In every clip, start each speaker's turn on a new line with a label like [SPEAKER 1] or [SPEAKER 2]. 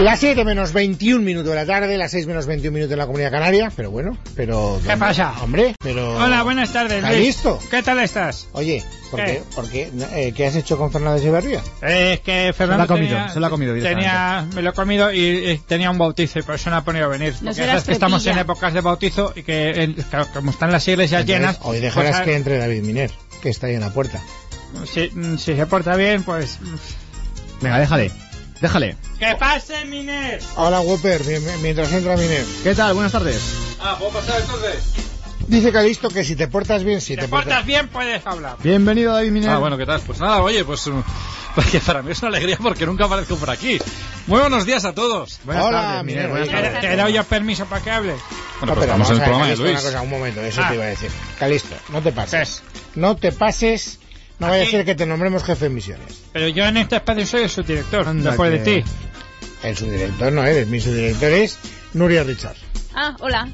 [SPEAKER 1] Las 7 menos 21 minutos de la tarde, las 6 menos 21 minutos en la Comunidad Canaria, pero bueno, pero...
[SPEAKER 2] ¿Qué pasa?
[SPEAKER 1] Hombre, pero...
[SPEAKER 2] Hola, buenas tardes.
[SPEAKER 1] ¿Estás
[SPEAKER 2] Luis.
[SPEAKER 1] listo?
[SPEAKER 2] ¿Qué tal estás?
[SPEAKER 1] Oye, ¿por qué?
[SPEAKER 2] Eh.
[SPEAKER 1] ¿Por qué? No, eh, ¿Qué has hecho con Fernández Echeverría?
[SPEAKER 2] Eh, es que Fernando
[SPEAKER 3] ha comido,
[SPEAKER 2] tenía-
[SPEAKER 3] se lo ha comido
[SPEAKER 2] Tenía,
[SPEAKER 3] directamente.
[SPEAKER 2] me lo he comido y, y tenía un bautizo y por eso no ha podido venir. Porque
[SPEAKER 4] será
[SPEAKER 2] sabes que estamos en
[SPEAKER 4] estrepilla.
[SPEAKER 2] épocas de bautizo y que en- claro, como están las iglesias llenas...
[SPEAKER 1] Entonces, Hoy dejarás que
[SPEAKER 2] pues,
[SPEAKER 1] entre David Miner, que está ahí en la puerta.
[SPEAKER 2] ah, Si, mm, si se porta bien, pues...
[SPEAKER 3] Venga, déjale. Déjale.
[SPEAKER 2] ¡Que pase, Miner!
[SPEAKER 1] Hola, Whopper, mien- mientras entra Miner.
[SPEAKER 3] ¿Qué tal? Buenas tardes.
[SPEAKER 2] Ah, ¿puedo pasar entonces?
[SPEAKER 1] Dice Calisto que si te portas bien, si
[SPEAKER 2] Si
[SPEAKER 1] te,
[SPEAKER 2] te portas bien, puedes hablar.
[SPEAKER 3] Bienvenido, David Miner.
[SPEAKER 5] Ah, bueno, ¿qué tal? Pues nada, oye, pues um, que para mí es una alegría porque nunca aparezco por aquí. Muy buenos días a todos.
[SPEAKER 3] Buenas
[SPEAKER 1] Hola,
[SPEAKER 3] tardes, Miner.
[SPEAKER 1] Miner.
[SPEAKER 3] Buenas
[SPEAKER 2] ¿Te,
[SPEAKER 3] tardes.
[SPEAKER 2] te he dado yo permiso para que hable?
[SPEAKER 5] Bueno,
[SPEAKER 1] No,
[SPEAKER 5] pues
[SPEAKER 1] pero vamos
[SPEAKER 5] estamos en
[SPEAKER 1] a
[SPEAKER 5] el
[SPEAKER 1] ver,
[SPEAKER 5] programa de
[SPEAKER 1] Calisto,
[SPEAKER 5] Luis.
[SPEAKER 1] una cosa, un momento, eso
[SPEAKER 2] Ah.
[SPEAKER 1] te iba a decir. Calisto, no te
[SPEAKER 2] Pues,
[SPEAKER 1] pases. No te pases, no vaya a
[SPEAKER 2] Aquí-
[SPEAKER 1] ser que te nombremos jefe de misiones.
[SPEAKER 2] Pero yo en este espacio soy el subdirector,
[SPEAKER 3] Anda
[SPEAKER 2] después de
[SPEAKER 3] que-
[SPEAKER 2] ti.
[SPEAKER 1] El subdirector no eres, mi subdirector es Nuria Richard,
[SPEAKER 4] Ah, hola.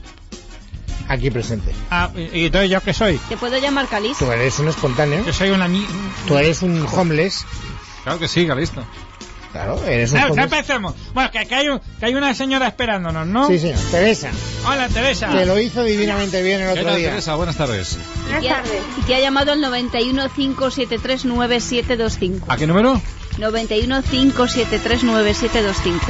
[SPEAKER 1] aquí presente.
[SPEAKER 2] Ah, y, y entonces yo qué soy?
[SPEAKER 4] ¿Te puedo llamar Calis?
[SPEAKER 1] Tú eres un espontáneo,
[SPEAKER 2] Yo soy una... ni-
[SPEAKER 1] tú eres un homeless,
[SPEAKER 5] Claro que sí, Calisto.
[SPEAKER 1] claro, eres un
[SPEAKER 2] No, no
[SPEAKER 1] homeless.
[SPEAKER 2] empecemos. Bueno, que, que hay un- que hay una señora esperándonos, ¿no?
[SPEAKER 1] Sí, señor, Teresa,
[SPEAKER 2] Hola, Teresa.
[SPEAKER 1] que lo hizo divinamente bien el
[SPEAKER 5] ¿Qué
[SPEAKER 1] otro
[SPEAKER 5] tal,
[SPEAKER 1] día.
[SPEAKER 5] Teresa? Buenas tardes.
[SPEAKER 4] Y te ha, y te ha llamado al 915739725.
[SPEAKER 5] ¿A qué número?
[SPEAKER 4] 915739725.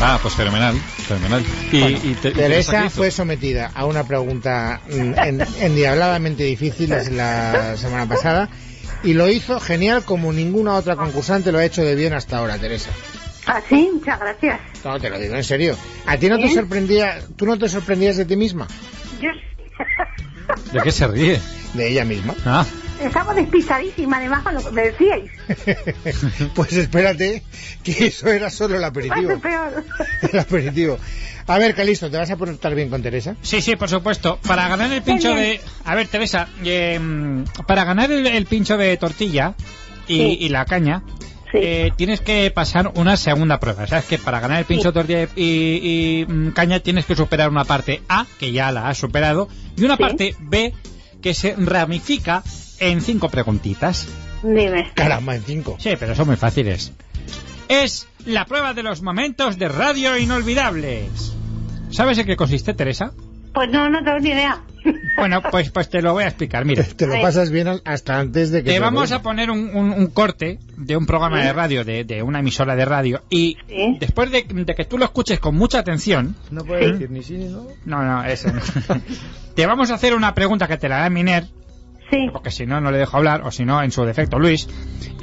[SPEAKER 5] Ah, pues fenomenal, fenomenal. Y,
[SPEAKER 1] Bueno,
[SPEAKER 5] y te- y
[SPEAKER 1] Teresa pues,
[SPEAKER 5] qué hizo?
[SPEAKER 1] fue sometida a una pregunta mm, en- endiabladamente difícil la- la semana pasada y lo hizo genial como ninguna otra concursante lo ha hecho de bien hasta ahora, Teresa.
[SPEAKER 6] Ah, sí, muchas gracias.
[SPEAKER 1] No, te lo digo en serio. ¿A ti no te
[SPEAKER 6] ¿Eh?
[SPEAKER 1] sorprendía, tú no te sorprendías de ti misma?
[SPEAKER 6] Yo
[SPEAKER 5] ¿De qué se ríe?
[SPEAKER 1] De ella misma.
[SPEAKER 5] Ah,
[SPEAKER 6] estaba despistadísima, además, con lo que me decíais.
[SPEAKER 1] pues espérate, que eso era solo el
[SPEAKER 6] Ay, qué
[SPEAKER 1] aperitivo.
[SPEAKER 6] peor.
[SPEAKER 1] El aperitivo. A ver, Calisto, ¿te vas a portar bien con Teresa?
[SPEAKER 2] Sí, sí, por supuesto. Para ganar el pincho de... A ver, Teresa, eh, mm, para ganar el, el pincho de tortilla y,
[SPEAKER 6] Sí.
[SPEAKER 2] y la caña,
[SPEAKER 6] Sí.
[SPEAKER 2] eh, tienes que pasar una segunda prueba. Sabes que para ganar el pincho de tortilla y, y, mm, caña tienes que superar una parte A, que ya la has superado, y una
[SPEAKER 6] Sí.
[SPEAKER 2] parte B, que se ramifica en cinco preguntitas.
[SPEAKER 6] Dime.
[SPEAKER 1] Caramba, en cinco.
[SPEAKER 2] Sí, pero son muy fáciles. Es la prueba de los momentos de radio inolvidables. ¿Sabes en qué consiste, Teresa?
[SPEAKER 6] Pues no, no tengo ni idea.
[SPEAKER 2] Bueno, pues, pues te lo voy a explicar. Mira,
[SPEAKER 1] Te lo
[SPEAKER 6] Ay.
[SPEAKER 1] pasas bien al- hasta antes de que...
[SPEAKER 2] te
[SPEAKER 1] lo
[SPEAKER 2] vamos
[SPEAKER 1] vea.
[SPEAKER 2] a poner un, un- un corte de un programa de radio, de, de una emisora de radio, y
[SPEAKER 6] Sí.
[SPEAKER 2] después de, de que tú lo escuches con mucha atención,
[SPEAKER 3] No puedes decir ni sí ni no.
[SPEAKER 2] no, no, eso no. te vamos a hacer una pregunta que te la hará Miner,
[SPEAKER 6] Sí,
[SPEAKER 2] porque si no, no le dejo hablar, o si no, en su defecto, Luis.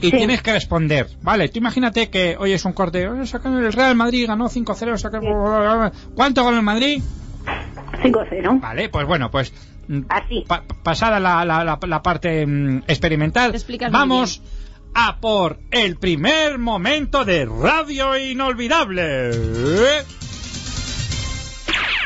[SPEAKER 2] Y
[SPEAKER 6] Sí.
[SPEAKER 2] tienes que responder. Vale, tú imagínate que hoy es un corte. "Oh, sacan el Real Madrid, ganó 5-0. sacan- ¿Cuánto ganó el Madrid?
[SPEAKER 6] 5-0.
[SPEAKER 2] Vale, pues bueno, pues. mm,
[SPEAKER 6] Así.
[SPEAKER 2] pa- pasada la, la- la- la parte mm, experimental,
[SPEAKER 4] Lo explicas muy
[SPEAKER 2] vamos a por el primer momento de Radio Inolvidable.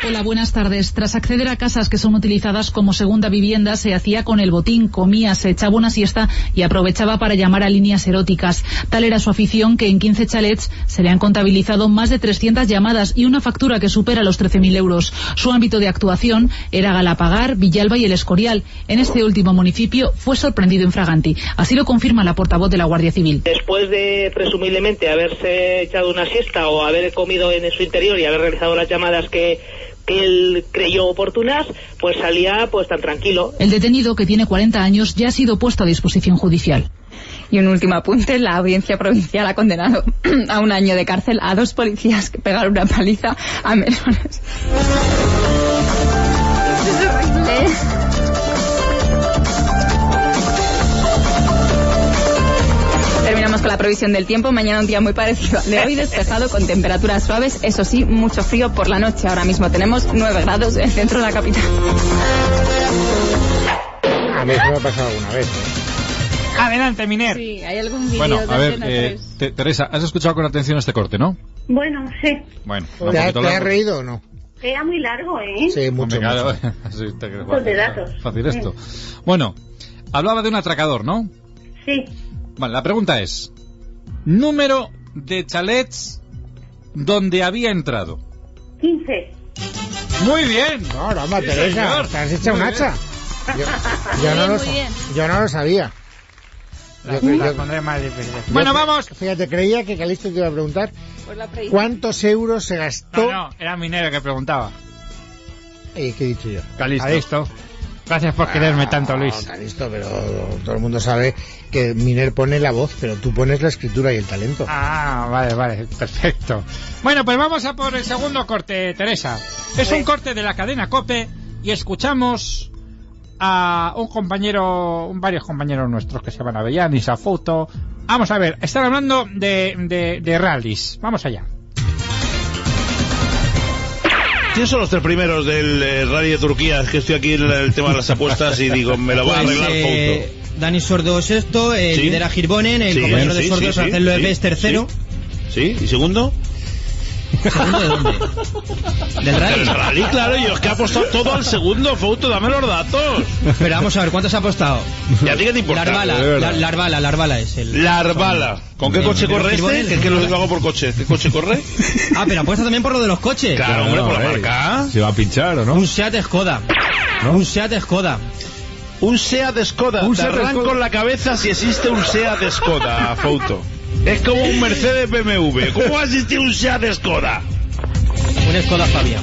[SPEAKER 7] Hola, buenas tardes. Tras acceder a casas que son utilizadas como segunda vivienda, se hacía con el botín, comía, se echaba una siesta y aprovechaba para llamar a líneas eróticas. Tal era su afición que en 15 chalets se le han contabilizado más de 300 llamadas y una factura que supera los 13.000 euros. Su ámbito de actuación era Galapagar, Villalba y El Escorial. En este último municipio fue sorprendido en Fraganti. Así lo confirma la portavoz de la Guardia Civil.
[SPEAKER 8] Después de presumiblemente haberse echado una siesta o haber comido en su interior y haber realizado las llamadas que, que él creyó oportunas, pues salía pues tan tranquilo.
[SPEAKER 7] El detenido, que tiene 40 años, ya ha sido puesto a disposición judicial.
[SPEAKER 9] Y un último apunte, la audiencia provincial ha condenado a un año de cárcel a dos policías que pegaron una paliza a menores. Terminamos con la previsión del tiempo. Mañana un día muy parecido al de hoy, despejado con temperaturas suaves. Eso sí, mucho frío por la noche. Ahora mismo tenemos 9 grados en el centro de la capital.
[SPEAKER 1] A mí eso me ha pasado alguna vez. ¿eh?
[SPEAKER 2] Adelante, Miner.
[SPEAKER 4] Sí, hay algún vídeo
[SPEAKER 5] bueno,
[SPEAKER 4] de
[SPEAKER 5] a ver,
[SPEAKER 4] Antena
[SPEAKER 5] eh,
[SPEAKER 4] 3.
[SPEAKER 5] te- Teresa, has escuchado con atención este corte, ¿no?
[SPEAKER 6] Bueno, sí.
[SPEAKER 5] Bueno,
[SPEAKER 1] ¿Te, ha-
[SPEAKER 5] poquito
[SPEAKER 1] te has
[SPEAKER 5] largo.
[SPEAKER 1] reído o no?
[SPEAKER 6] Era muy largo, ¿eh?
[SPEAKER 1] Sí, mucho.
[SPEAKER 5] Hombre, claro,
[SPEAKER 1] mucho.
[SPEAKER 5] sí, te creo.
[SPEAKER 6] Son de datos.
[SPEAKER 5] Fácil esto. Bueno, hablaba de un atracador, ¿no?
[SPEAKER 6] Sí.
[SPEAKER 5] Vale, la pregunta es: número de chalets donde había entrado.
[SPEAKER 6] 15.
[SPEAKER 5] Muy bien.
[SPEAKER 1] No, Caramba,
[SPEAKER 5] Sí,
[SPEAKER 1] Teresa,
[SPEAKER 5] señor.
[SPEAKER 1] te has hecho
[SPEAKER 5] Muy
[SPEAKER 1] un
[SPEAKER 5] bien.
[SPEAKER 1] hacha. Yo, yo
[SPEAKER 4] Muy
[SPEAKER 1] no
[SPEAKER 4] bien,
[SPEAKER 1] lo
[SPEAKER 4] muy
[SPEAKER 1] sa-
[SPEAKER 4] bien.
[SPEAKER 1] yo no lo sabía. Yo
[SPEAKER 2] Las,
[SPEAKER 1] creo-
[SPEAKER 2] las
[SPEAKER 1] yo-
[SPEAKER 2] pondré más difíciles.
[SPEAKER 1] yo
[SPEAKER 2] Bueno,
[SPEAKER 1] cre-
[SPEAKER 2] vamos.
[SPEAKER 1] Fíjate, creía que Calixto te iba a preguntar
[SPEAKER 9] Pues la previsión.
[SPEAKER 1] cuántos euros se gastó.
[SPEAKER 2] No, no, era minero que preguntaba.
[SPEAKER 1] Eh, ¿Qué he dicho yo?
[SPEAKER 3] Calisto.
[SPEAKER 2] Calisto. Gracias por quererme tanto, Luis.
[SPEAKER 1] Calixto, Ah, pero todo el mundo sabe que Miner pone la voz, pero tú pones la escritura y el talento.
[SPEAKER 2] Ah, vale, vale, perfecto. Bueno, pues vamos a por el segundo corte, Teresa. Es un corte de la cadena Cope y escuchamos a un compañero, un- varios compañeros nuestros que se van a Bellanis, a Foto. Vamos a ver, están hablando de, de, de rallies. Vamos allá.
[SPEAKER 10] ¿Quiénes son los tres primeros del eh, Rally de Turquía? Es que estoy aquí en el tema de las apuestas y digo, me lo voy a arreglar Couto.
[SPEAKER 8] Dani Sordo sexto, el
[SPEAKER 10] Sí.
[SPEAKER 8] lidera Girbonen, el
[SPEAKER 10] Sí,
[SPEAKER 8] compañero de
[SPEAKER 10] sí,
[SPEAKER 8] Sordo
[SPEAKER 10] sí, sí,
[SPEAKER 8] Marcelo
[SPEAKER 10] sí,
[SPEAKER 8] Eves tercero.
[SPEAKER 10] ¿Sí? ¿Y segundo?
[SPEAKER 8] ¿Segundo de dónde? Del
[SPEAKER 10] El
[SPEAKER 8] Rally.
[SPEAKER 10] Rally, claro, yo es que he apostado todo al segundo, Fouto, dame los datos.
[SPEAKER 8] Pero vamos a ver, ¿cuántos ha apostado?
[SPEAKER 10] ¿Y a ti qué te importa?
[SPEAKER 8] Larvala,
[SPEAKER 10] De verdad.
[SPEAKER 8] la- Larvala, Larvala es el...
[SPEAKER 10] Larvala. ¿Con qué
[SPEAKER 8] Bien,
[SPEAKER 10] coche
[SPEAKER 8] pero
[SPEAKER 10] corre este?
[SPEAKER 8] Girbonel,
[SPEAKER 10] Que es que lo hago por coche. ¿Qué coche corre?
[SPEAKER 8] Ah, pero apuesta también por lo de los coches.
[SPEAKER 10] Claro, hombre, por la
[SPEAKER 5] eh.
[SPEAKER 10] marca.
[SPEAKER 5] ¿Se va a pinchar o no?
[SPEAKER 8] Un Seat Skoda. Un Seat Skoda.
[SPEAKER 10] Un SEAT Skoda.
[SPEAKER 5] Un
[SPEAKER 10] Te
[SPEAKER 5] SEAT
[SPEAKER 10] arranco
[SPEAKER 5] Skoda.
[SPEAKER 10] en la cabeza si existe un SEAT Skoda, Fouto. Es como un Mercedes BMW. ¿Cómo va a existir un SEAT Skoda?
[SPEAKER 8] Un Skoda Fabia.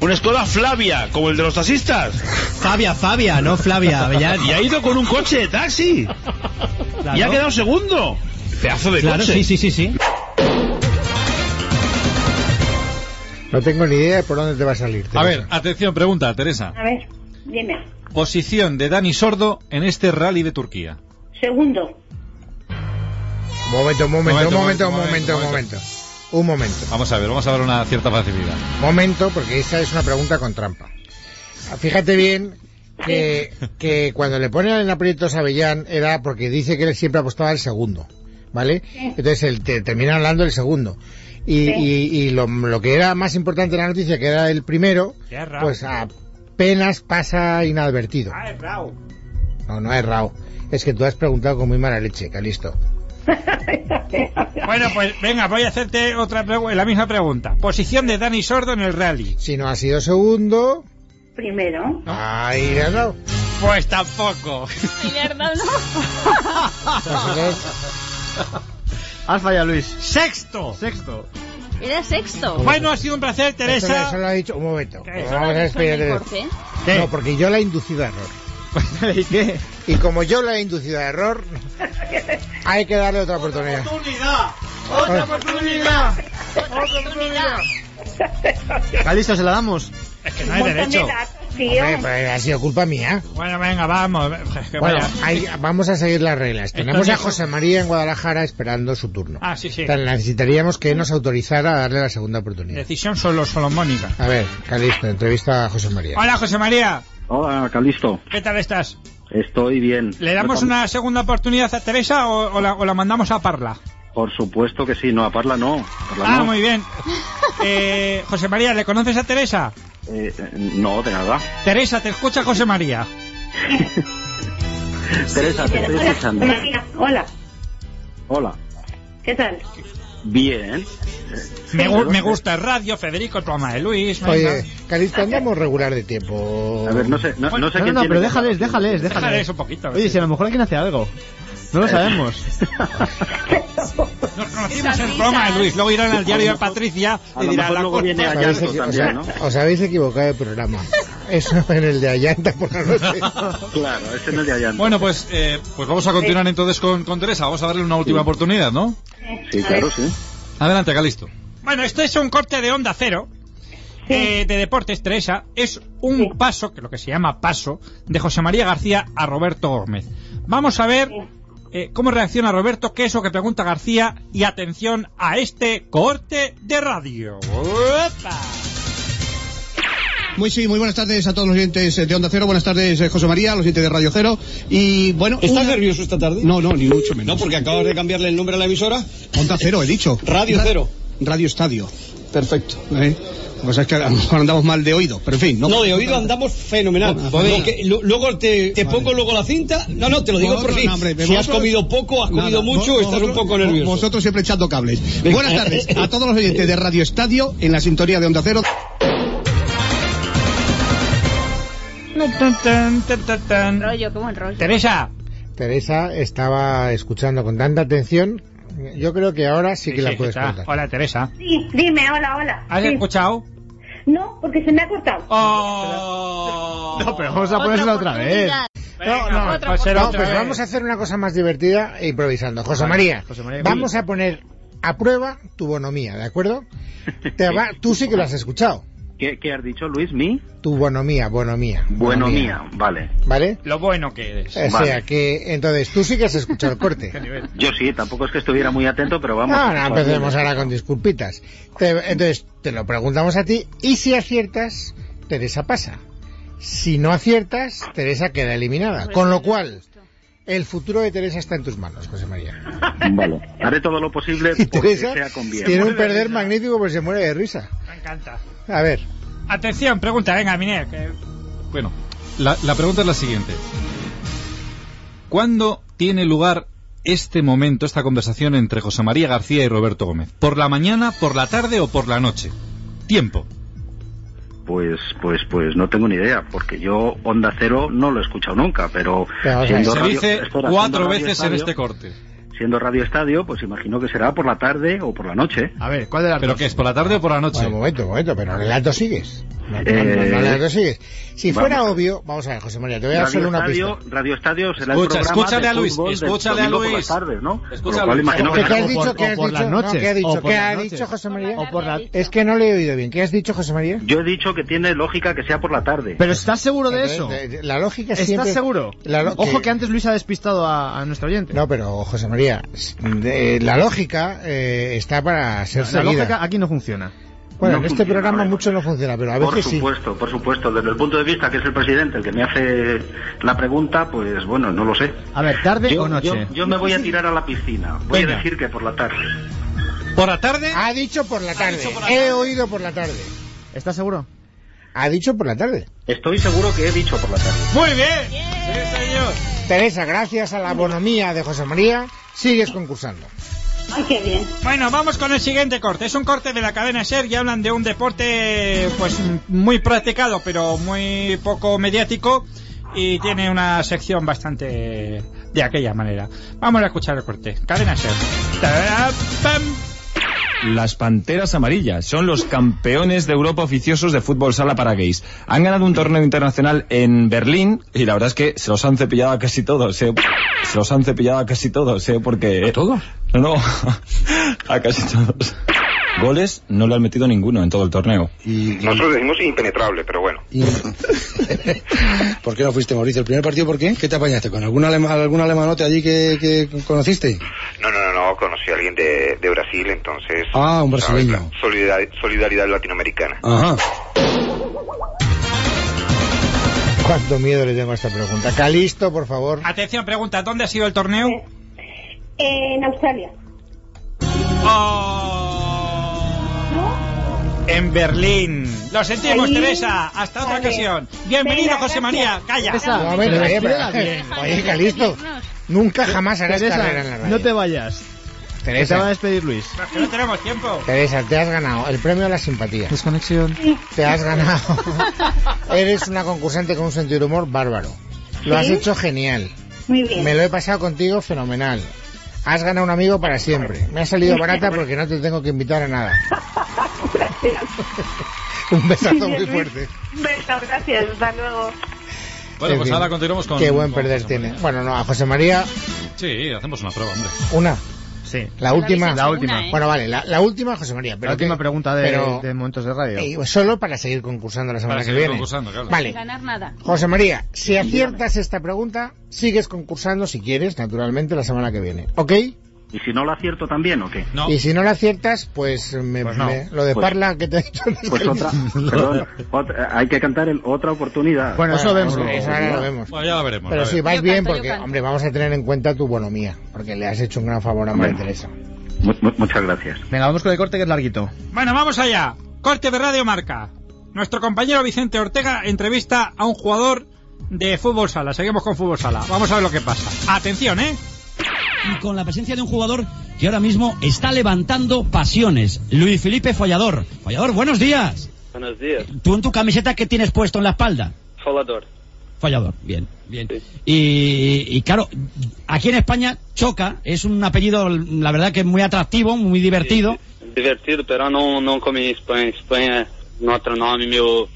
[SPEAKER 10] Un Skoda Flavia, como el de los taxistas.
[SPEAKER 8] Fabia, Fabia, no Flavia, Avellar.
[SPEAKER 10] Y ha ido con un coche de taxi.
[SPEAKER 8] Claro.
[SPEAKER 10] Y ha quedado segundo. Pedazo de
[SPEAKER 8] Claro,
[SPEAKER 10] coche.
[SPEAKER 8] sí, sí, sí, sí.
[SPEAKER 1] No tengo ni idea de por dónde te va a salir. Teresa.
[SPEAKER 5] A ver, atención, pregunta, Teresa.
[SPEAKER 6] A ver, dime.
[SPEAKER 5] Posición de Dani Sordo en este rally de Turquía.
[SPEAKER 6] Segundo.
[SPEAKER 1] Momento, momento, un
[SPEAKER 5] Momento,
[SPEAKER 1] momento,
[SPEAKER 5] momento,
[SPEAKER 1] un momento, un momento.
[SPEAKER 5] momento.
[SPEAKER 1] Un momento.
[SPEAKER 5] Vamos a ver, vamos a dar una cierta facilidad.
[SPEAKER 1] Momento, porque esa es una pregunta con trampa. Ah, Fíjate bien que, que cuando le ponen en aprietos a Avellán era porque dice que él siempre apostaba al segundo, ¿vale? Entonces él te, termina hablando del segundo. Y,
[SPEAKER 6] Sí.
[SPEAKER 1] y- y lo, lo que era más importante en la noticia, que era el primero,
[SPEAKER 2] Qué raro.
[SPEAKER 1] pues apenas pasa inadvertido. No, no ha errado. Es que tú has preguntado con muy mala leche, Calisto.
[SPEAKER 2] Bueno, pues venga, voy a hacerte otra pregu- la misma pregunta. Posición de Dani Sordo en el rally.
[SPEAKER 1] Si no ha sido segundo,
[SPEAKER 6] Primero.
[SPEAKER 1] ahí le has dado.
[SPEAKER 2] Pues tampoco.
[SPEAKER 1] Entonces,
[SPEAKER 3] Alfa ya, Luis.
[SPEAKER 2] Sexto.
[SPEAKER 3] Sexto.
[SPEAKER 4] Era sexto.
[SPEAKER 2] Bueno, ha sido un placer,
[SPEAKER 1] Eso,
[SPEAKER 2] Teresa.
[SPEAKER 1] eso lo ha dicho. Un momento.
[SPEAKER 2] ¿Qué?
[SPEAKER 1] Vamos a esperar.
[SPEAKER 4] Son el corte, ¿eh?
[SPEAKER 2] ¿Qué?
[SPEAKER 1] No, porque yo la he inducido a error.
[SPEAKER 3] ¿Y qué?
[SPEAKER 1] Y como yo la he inducido a error, hay que darle otra oportunidad.
[SPEAKER 2] ¡Otra oportunidad!
[SPEAKER 3] Calisto, se la damos.
[SPEAKER 2] Es que
[SPEAKER 6] Un
[SPEAKER 2] no hay
[SPEAKER 6] montón de
[SPEAKER 2] derecho.
[SPEAKER 6] datos, tío.
[SPEAKER 1] Hombre, pues ha sido culpa mía.
[SPEAKER 2] Bueno, venga, vamos. que
[SPEAKER 1] Bueno,
[SPEAKER 2] vaya.
[SPEAKER 1] hay- vamos a seguir las reglas. Tenemos
[SPEAKER 2] Entonces-
[SPEAKER 1] a José María en Guadalajara esperando su turno.
[SPEAKER 2] Ah, sí, sí.
[SPEAKER 1] O sea, necesitaríamos que nos autorizara a darle la segunda oportunidad.
[SPEAKER 2] Decisión solo solomónica.
[SPEAKER 1] A ver, Calixto, entrevista a José María.
[SPEAKER 2] Hola, José María.
[SPEAKER 8] Hola, Calisto.
[SPEAKER 2] ¿Qué tal estás?
[SPEAKER 8] Estoy bien.
[SPEAKER 2] ¿Le damos una segunda oportunidad a Teresa o, o la, o la mandamos a Parla?
[SPEAKER 8] Por supuesto que sí, no, a Parla no.
[SPEAKER 2] ah, muy bien. Eh, José María, ¿le conoces a Teresa?
[SPEAKER 8] Eh, no, de nada.
[SPEAKER 2] Teresa, te escucha José María.
[SPEAKER 8] Teresa,
[SPEAKER 2] pues,
[SPEAKER 8] te estoy escuchando.
[SPEAKER 6] María, hola.
[SPEAKER 8] Hola.
[SPEAKER 6] ¿Qué tal?
[SPEAKER 8] Bien.
[SPEAKER 2] Me, gu- me gusta el radio, Federico, tu ama de Luis. venga.
[SPEAKER 1] Oye, Calixto, andamos regular de tiempo.
[SPEAKER 8] A ver, no sé, no, no sé
[SPEAKER 3] No, no,
[SPEAKER 8] quién
[SPEAKER 3] no,
[SPEAKER 8] tiene
[SPEAKER 3] pero
[SPEAKER 8] que-
[SPEAKER 3] déjales, déjales,
[SPEAKER 2] Déjale
[SPEAKER 3] déjales.
[SPEAKER 2] eso un poquito.
[SPEAKER 3] Oye, si a lo mejor alguien hace algo. No lo sabemos.
[SPEAKER 2] Nos conocimos en el programa de Luis, luego irán al diario de Patricia
[SPEAKER 8] A
[SPEAKER 2] y
[SPEAKER 8] lo
[SPEAKER 2] dirán
[SPEAKER 8] mejor
[SPEAKER 2] la
[SPEAKER 8] luego
[SPEAKER 2] cosa".
[SPEAKER 8] viene
[SPEAKER 1] Os habéis,
[SPEAKER 8] Gallardo
[SPEAKER 1] equi- os ha-
[SPEAKER 8] también, ¿no?
[SPEAKER 1] os habéis equivocado de programa. Eso en el de Allanta por la noche.
[SPEAKER 8] Claro, ese no es de allá.
[SPEAKER 5] Bueno, pues, eh, pues vamos a continuar entonces con, con Teresa. Vamos a darle una última oportunidad, ¿no?
[SPEAKER 8] Sí,
[SPEAKER 6] A
[SPEAKER 8] claro,
[SPEAKER 3] eh,
[SPEAKER 6] ver,
[SPEAKER 8] sí.
[SPEAKER 5] Adelante, Calisto.
[SPEAKER 2] Bueno, esto es un corte de onda cero. eh, de Deportes Teresa es un
[SPEAKER 6] Sí.
[SPEAKER 2] paso, que lo que se llama paso, de José María García a Roberto Gómez. Vamos a ver eh, cómo reacciona Roberto, qué es lo que pregunta García y atención a este corte de radio. ¡Opa!
[SPEAKER 8] Muy sí, muy buenas tardes a todos los oyentes de Onda Cero, buenas tardes eh, José María, los oyentes de Radio Cero y bueno... ¿Estás nervioso esta tarde? No, no, ni mucho menos. No, porque acabas de cambiarle el nombre a la emisora. Onda Cero, he dicho. Radio Cero. Radio Estadio. Perfecto. ¿Eh? Lo que pasa es que a lo mejor andamos mal de oído, pero en fin. No, de oído andamos fenomenal. luego te, pongo luego la cinta. No, no, te lo digo por si has comido poco, has comido mucho, estás un poco nervioso. Vosotros siempre echando cables. Buenas tardes a todos los oyentes de Radio Estadio en la sintonía de Onda Cero.
[SPEAKER 2] Tan, tan, tan, tan, tan.
[SPEAKER 4] Rollo, qué buen rollo.
[SPEAKER 2] Teresa,
[SPEAKER 1] Teresa estaba escuchando con tanta atención. Yo creo que ahora sí que
[SPEAKER 2] Sí,
[SPEAKER 1] la
[SPEAKER 2] sí,
[SPEAKER 1] puedes
[SPEAKER 2] está.
[SPEAKER 1] contar.
[SPEAKER 2] Hola, Teresa.
[SPEAKER 6] Sí, dime, hola, hola.
[SPEAKER 2] ¿Has
[SPEAKER 6] Sí.
[SPEAKER 2] escuchado?
[SPEAKER 6] No, porque se me ha cortado.
[SPEAKER 2] Oh.
[SPEAKER 3] No, pero vamos a ponérsela otra vez.
[SPEAKER 1] No, no,
[SPEAKER 2] otra pues será
[SPEAKER 1] no,
[SPEAKER 2] otra
[SPEAKER 1] pues
[SPEAKER 2] vez.
[SPEAKER 1] vamos a hacer una cosa más divertida e improvisando. José María,
[SPEAKER 3] José María,
[SPEAKER 1] vamos a poner a prueba tu bonomía, ¿de acuerdo? Te va- tú sí que lo has escuchado.
[SPEAKER 11] ¿Qué, qué has dicho, Luis? ¿Mi?
[SPEAKER 1] Tu bonomía, bonomía.
[SPEAKER 11] Bueno, mía. Vale.
[SPEAKER 1] ¿Vale?
[SPEAKER 2] Lo bueno que eres.
[SPEAKER 1] O sea
[SPEAKER 11] Vale.
[SPEAKER 1] que, entonces, tú sí que has escuchado el corte.
[SPEAKER 11] Yo sí, tampoco es que estuviera muy atento, pero vamos.
[SPEAKER 1] Ahora Ah, empecemos ahora con disculpitas. Te- entonces, te lo preguntamos a ti y si aciertas, Teresa pasa. Si no aciertas, Teresa queda eliminada. Con lo cual, el futuro de Teresa está en tus manos, José María.
[SPEAKER 11] Vale. Haré todo lo posible
[SPEAKER 1] Y
[SPEAKER 11] porque
[SPEAKER 1] Teresa
[SPEAKER 11] Pues sea con bien.
[SPEAKER 1] tiene un perder magnífico porque se muere de risa.
[SPEAKER 2] Me encanta.
[SPEAKER 1] A ver,
[SPEAKER 2] Atención, pregunta, venga, Miner. que-
[SPEAKER 5] Bueno, la, la pregunta es la siguiente. ¿Cuándo tiene lugar este momento, esta conversación entre José María García y Roberto Gómez? ¿Por la mañana, por la tarde o por la noche? Tiempo.
[SPEAKER 11] Pues, pues, pues no tengo ni idea, porque yo Onda Cero no lo he escuchado nunca, pero.
[SPEAKER 1] Pero, o sea,
[SPEAKER 11] siendo
[SPEAKER 5] Se
[SPEAKER 11] radio-
[SPEAKER 5] dice
[SPEAKER 11] espera, siendo
[SPEAKER 5] cuatro
[SPEAKER 11] radio
[SPEAKER 5] veces en
[SPEAKER 11] estadio-
[SPEAKER 5] este corte.
[SPEAKER 11] Siendo Radio Estadio, pues imagino que será por la tarde o por la noche.
[SPEAKER 3] A ver, ¿cuál de las
[SPEAKER 5] ¿Pero qué es? ¿Por la tarde o por la noche?
[SPEAKER 1] bueno, un momento, un momento, pero no las dos sigues. No, no, no,
[SPEAKER 11] Eh,
[SPEAKER 1] no, las dos sigues. Si
[SPEAKER 11] vamos
[SPEAKER 1] fuera
[SPEAKER 11] a ver.
[SPEAKER 1] obvio, vamos a ver, José María, te voy a dar
[SPEAKER 11] Radio
[SPEAKER 1] solo una
[SPEAKER 11] Estadio,
[SPEAKER 1] pista.
[SPEAKER 11] Radio Estadio será
[SPEAKER 5] Escucha,
[SPEAKER 11] el programa
[SPEAKER 5] escúchale
[SPEAKER 11] de
[SPEAKER 5] a Luis,
[SPEAKER 11] fútbol del
[SPEAKER 5] escúchale a
[SPEAKER 11] domingo por
[SPEAKER 5] Luis.
[SPEAKER 11] las tardes, ¿no? Con
[SPEAKER 5] Escúchale
[SPEAKER 11] lo
[SPEAKER 5] a
[SPEAKER 11] cual
[SPEAKER 5] Luis.
[SPEAKER 11] imagino que
[SPEAKER 1] ¿Qué,
[SPEAKER 3] Porque
[SPEAKER 1] qué
[SPEAKER 11] será
[SPEAKER 1] has
[SPEAKER 3] o
[SPEAKER 11] como-
[SPEAKER 1] dicho?
[SPEAKER 3] por-
[SPEAKER 1] ¿Qué
[SPEAKER 3] o
[SPEAKER 1] has
[SPEAKER 3] por
[SPEAKER 1] dicho?
[SPEAKER 3] las
[SPEAKER 1] No,
[SPEAKER 3] noches,
[SPEAKER 1] ¿Qué has
[SPEAKER 3] o
[SPEAKER 1] dicho?
[SPEAKER 3] por
[SPEAKER 1] ¿Qué
[SPEAKER 3] las
[SPEAKER 1] ha
[SPEAKER 3] noches.
[SPEAKER 1] dicho José María?
[SPEAKER 3] O por la-
[SPEAKER 1] Es que no le he oído bien. ¿Qué has dicho, José María?
[SPEAKER 11] Yo he dicho que tiene lógica que sea por la tarde.
[SPEAKER 3] ¿Pero estás seguro de eso?
[SPEAKER 1] De- de- eh, La lógica
[SPEAKER 3] ¿Estás
[SPEAKER 1] siempre...
[SPEAKER 3] seguro?
[SPEAKER 1] La lo-
[SPEAKER 3] Ojo que antes Luis ha despistado a, a nuestro oyente.
[SPEAKER 1] No, pero José María, s- de- la lógica eh, está para ser
[SPEAKER 3] la
[SPEAKER 1] seguida.
[SPEAKER 3] lógica aquí no funciona.
[SPEAKER 1] Bueno,
[SPEAKER 11] No
[SPEAKER 1] en este
[SPEAKER 11] funciona,
[SPEAKER 1] programa
[SPEAKER 11] vale.
[SPEAKER 1] mucho no funciona, pero a
[SPEAKER 11] por
[SPEAKER 1] veces sí.
[SPEAKER 11] supuesto, por supuesto. Desde el punto de vista que es el presidente el que me hace la pregunta, pues bueno, no lo sé.
[SPEAKER 3] A ver, ¿tarde
[SPEAKER 11] Yo,
[SPEAKER 3] o noche?
[SPEAKER 11] yo- yo me voy a tirar a la piscina. Voy
[SPEAKER 3] Venga.
[SPEAKER 11] a decir que por la tarde.
[SPEAKER 5] ¿Por la tarde?
[SPEAKER 2] Ah,
[SPEAKER 1] Ha dicho por la tarde.
[SPEAKER 5] dicho por la
[SPEAKER 1] He
[SPEAKER 5] tarde.
[SPEAKER 1] oído por la tarde.
[SPEAKER 3] ¿Estás seguro?
[SPEAKER 1] Ha dicho por la tarde.
[SPEAKER 11] Estoy seguro que he dicho por la tarde.
[SPEAKER 2] Muy bien. Sí, señor.
[SPEAKER 1] Teresa, gracias a la bonomía de José María, sigues concursando.
[SPEAKER 6] Ay, qué bien.
[SPEAKER 2] Bueno, vamos con el siguiente corte. Es un corte de la cadena SER y hablan de un deporte pues m- muy practicado pero muy poco mediático y tiene una sección bastante de aquella manera. Vamos a escuchar el corte. Cadena SER. Ta- pam.
[SPEAKER 12] Las Panteras Amarillas son los campeones de Europa oficiosos de fútbol sala para gays. Han ganado un torneo internacional en Berlín y la verdad es que se los han cepillado a casi todos, ¿eh? Se los han cepillado a casi todos, ¿eh? Porque... ¿A todos? No, no, a casi todos. Goles no le han metido ninguno en todo el torneo.
[SPEAKER 13] Nosotros decimos impenetrable, pero bueno.
[SPEAKER 14] ¿Por qué no fuiste, Mauricio? ¿El primer partido por qué? ¿Qué te apañaste? ¿Con algún, alema- algún alemanote allí que, que conociste?
[SPEAKER 13] No, no, no, no, conocí a alguien de, de Brasil, entonces...
[SPEAKER 14] Ah, un brasileño.
[SPEAKER 13] ¿sabes? La Solidaridad, solidaridad latinoamericana.
[SPEAKER 14] Ajá.
[SPEAKER 1] Cuánto miedo le tengo a esta pregunta. Calisto, por favor.
[SPEAKER 2] Atención, pregunta, ¿dónde ha sido el torneo?
[SPEAKER 6] En Australia.
[SPEAKER 2] Oh. En Berlín. Lo sentimos,
[SPEAKER 6] Ahí.
[SPEAKER 2] Teresa. Hasta otra
[SPEAKER 6] Vale.
[SPEAKER 2] ocasión. Bienvenido,
[SPEAKER 6] Venga,
[SPEAKER 2] José
[SPEAKER 6] gracias.
[SPEAKER 2] María. Calla.
[SPEAKER 3] Teresa.
[SPEAKER 1] Un momento,
[SPEAKER 3] Pero
[SPEAKER 1] eh,
[SPEAKER 3] despídela
[SPEAKER 1] pero-
[SPEAKER 3] bien.
[SPEAKER 1] Oye, Calisto, nunca jamás harás
[SPEAKER 3] Teresa,
[SPEAKER 1] carrera en la radio.
[SPEAKER 3] no te vayas. Que Te va a
[SPEAKER 1] Teresa,
[SPEAKER 3] despedir Luis.
[SPEAKER 2] Pero es que no tenemos tiempo.
[SPEAKER 1] Teresa, te has ganado el premio a la simpatía. Desconexión. Te has ganado. Eres una concursante con un sentido de humor bárbaro. Lo has
[SPEAKER 6] ¿Sí?
[SPEAKER 1] hecho genial.
[SPEAKER 6] Muy bien.
[SPEAKER 1] Me lo he pasado contigo fenomenal. Has ganado un amigo para siempre. Me ha salido barata porque no te tengo que invitar a nada.
[SPEAKER 6] Gracias.
[SPEAKER 1] Un besazo
[SPEAKER 6] Bien,
[SPEAKER 1] muy
[SPEAKER 6] Luis.
[SPEAKER 1] fuerte.
[SPEAKER 6] Beso, gracias. Hasta luego.
[SPEAKER 5] Bueno,
[SPEAKER 1] En
[SPEAKER 5] pues
[SPEAKER 1] fin,
[SPEAKER 5] ahora continuamos con...
[SPEAKER 1] Qué buen
[SPEAKER 5] con
[SPEAKER 1] perder
[SPEAKER 5] José
[SPEAKER 1] tiene.
[SPEAKER 5] María.
[SPEAKER 1] Bueno, no, a José María,
[SPEAKER 5] Sí, hacemos una prueba, hombre.
[SPEAKER 1] una.
[SPEAKER 3] Sí.
[SPEAKER 1] La última.
[SPEAKER 3] La última.
[SPEAKER 1] Bueno, vale, la, la última, José María. Pero
[SPEAKER 3] la última
[SPEAKER 1] que-
[SPEAKER 3] pregunta de,
[SPEAKER 1] pero-
[SPEAKER 3] de Momentos de Radio.
[SPEAKER 1] eh, solo para seguir concursando la semana
[SPEAKER 5] Para
[SPEAKER 1] que
[SPEAKER 5] seguir
[SPEAKER 1] viene.
[SPEAKER 5] concursando, claro.
[SPEAKER 1] Vale.
[SPEAKER 4] ganar nada.
[SPEAKER 1] José María, si aciertas esta pregunta, sigues concursando si quieres, naturalmente, la semana que viene. ¿Ok?
[SPEAKER 11] ¿Y si no lo acierto también o qué?
[SPEAKER 5] No,
[SPEAKER 1] Y si no la aciertas, pues, me-
[SPEAKER 3] Pues no.
[SPEAKER 1] me- lo de
[SPEAKER 11] Pues-
[SPEAKER 1] Parla que te he dicho antes
[SPEAKER 11] Pues
[SPEAKER 1] que-
[SPEAKER 11] otra, perdón, otra- hay que cantar el otra oportunidad.
[SPEAKER 3] Bueno, eso vemos
[SPEAKER 1] eso-
[SPEAKER 3] luego.
[SPEAKER 1] Eso ahora lo vemos.
[SPEAKER 5] bueno, ya lo veremos.
[SPEAKER 1] Pero
[SPEAKER 5] ya
[SPEAKER 1] sí,
[SPEAKER 5] veremos.
[SPEAKER 1] vais
[SPEAKER 4] Yo
[SPEAKER 1] bien
[SPEAKER 4] canto, yo
[SPEAKER 1] porque,
[SPEAKER 4] canto.
[SPEAKER 1] hombre, vamos a tener en cuenta tu bonomía, porque le has hecho un gran favor a María
[SPEAKER 11] Bueno.
[SPEAKER 1] Teresa.
[SPEAKER 11] Mu- mu- muchas gracias.
[SPEAKER 3] Venga, vamos con el corte que es larguito.
[SPEAKER 2] Bueno, vamos allá. Corte de Radio Marca. Nuestro compañero Vicente Ortega entrevista a un jugador de fútbol sala. Seguimos con fútbol sala. Vamos a ver lo que pasa. Atención, ¿eh?
[SPEAKER 15] y con la presencia de un jugador que ahora mismo está levantando pasiones, Luis Felipe Follador. Follador, buenos días.
[SPEAKER 16] Buenos días.
[SPEAKER 15] ¿Tú en tu camiseta qué tienes puesto en la espalda?
[SPEAKER 16] Folador.
[SPEAKER 8] Fallador, bien, bien. Y, y claro, aquí en España choca, es un apellido, la verdad que es muy atractivo, muy divertido.
[SPEAKER 16] Divertido, pero não, não comi em Espanha. Espanha é um outro nome. Meu,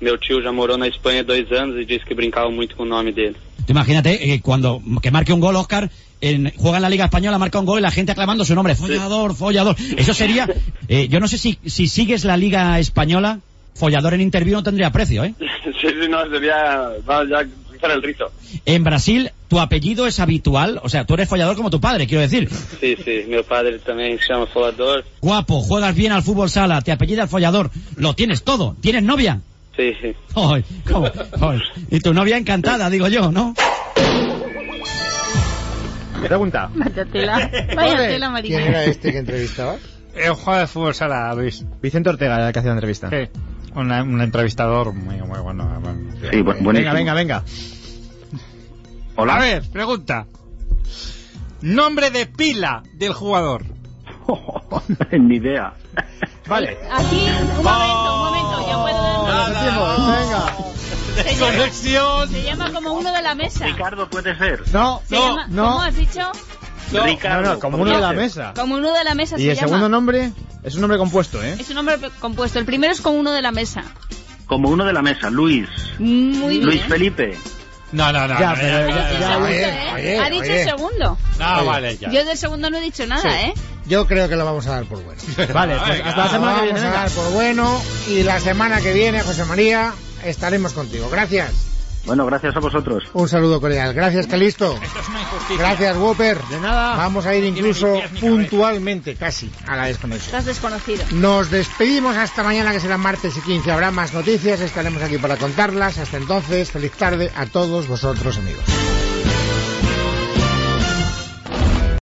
[SPEAKER 16] meu tio já morou na Espanha dois anos e disse que brincava muito com o nome dele.
[SPEAKER 8] Tú imagínate eh, cuando que marque un gol Oscar, en- juega en la Liga Española, marca un gol y la gente aclamando su nombre, follador, follador. Eso sería, eh, yo no sé si, si sigues la Liga Española, follador en interview no tendría precio, ¿eh?
[SPEAKER 16] sí, sí, no, sería. Va, ya para el rito.
[SPEAKER 8] En Brasil, tu apellido es habitual, o sea, tú eres follador como tu padre, quiero decir.
[SPEAKER 16] Sim, sim. Meu padre também se chama Folador.
[SPEAKER 8] Guapo, juegas bien al fútbol sala, te apellidas follador, lo tienes todo, tienes novia.
[SPEAKER 16] Sim, sim.
[SPEAKER 8] Ay, cómo- ay. Y tu novia encantada, digo yo, ¿no?
[SPEAKER 17] Pregunta.
[SPEAKER 4] Vaya tela, vaya tela, Marina.
[SPEAKER 1] este que entrevistabas?
[SPEAKER 2] El Eh, jugador de fútbol sala, Luis.
[SPEAKER 17] Vicente Ortega era el que hacía la entrevista.
[SPEAKER 2] Sí. Una- un entrevistador muy, muy bueno. bueno.
[SPEAKER 5] Sí, bu- buenísimo.
[SPEAKER 17] venga, venga, venga.
[SPEAKER 2] A ver, pregunta. Nombre de pila del jugador.
[SPEAKER 5] Ni idea.
[SPEAKER 2] Vale.
[SPEAKER 4] Aquí, un momento, un momento, yo puedo dar Ah, Se llama- Se llama como uno de la mesa.
[SPEAKER 5] Ricardo puede ser.
[SPEAKER 17] No,
[SPEAKER 4] Se
[SPEAKER 17] no,
[SPEAKER 4] llama- ¿Cómo
[SPEAKER 17] no.
[SPEAKER 4] has dicho?
[SPEAKER 17] No, no, como uno de la mesa.
[SPEAKER 4] Como uno de la mesa
[SPEAKER 17] Y
[SPEAKER 4] se
[SPEAKER 17] el
[SPEAKER 4] llama.
[SPEAKER 17] segundo nombre es un nombre compuesto, ¿eh?
[SPEAKER 4] Es un nombre pe- compuesto. El primero es como uno de la mesa.
[SPEAKER 5] Como uno de la mesa, Luis.
[SPEAKER 4] Muy
[SPEAKER 5] Luis
[SPEAKER 4] bien.
[SPEAKER 5] Felipe.
[SPEAKER 2] No, no, no.
[SPEAKER 17] Ya,
[SPEAKER 2] no,
[SPEAKER 17] pero
[SPEAKER 2] no,
[SPEAKER 17] ya-
[SPEAKER 2] no,
[SPEAKER 17] ya,
[SPEAKER 2] no,
[SPEAKER 17] oye,
[SPEAKER 2] no,
[SPEAKER 1] oye,
[SPEAKER 4] ¿eh? ha dicho
[SPEAKER 1] oye.
[SPEAKER 4] el segundo.
[SPEAKER 2] No, Ah, vale, ya.
[SPEAKER 4] Yo del segundo no he dicho nada, ¿eh?
[SPEAKER 1] Yo creo que lo vamos a dar por bueno.
[SPEAKER 17] Vale, pues hasta la semana que viene.
[SPEAKER 1] Vamos a
[SPEAKER 17] venga.
[SPEAKER 1] dar por bueno y la semana que viene, José María, estaremos contigo. Gracias.
[SPEAKER 5] Bueno, gracias a vosotros.
[SPEAKER 1] Un saludo cordial. Gracias, Calisto. Gracias, Whopper. De nada. Vamos a ir incluso puntualmente, casi, a la desconexión.
[SPEAKER 4] Estás desconocido.
[SPEAKER 1] Nos despedimos hasta mañana, que será martes y 15. Habrá más noticias, estaremos aquí para contarlas. Hasta entonces, feliz tarde a todos vosotros, amigos.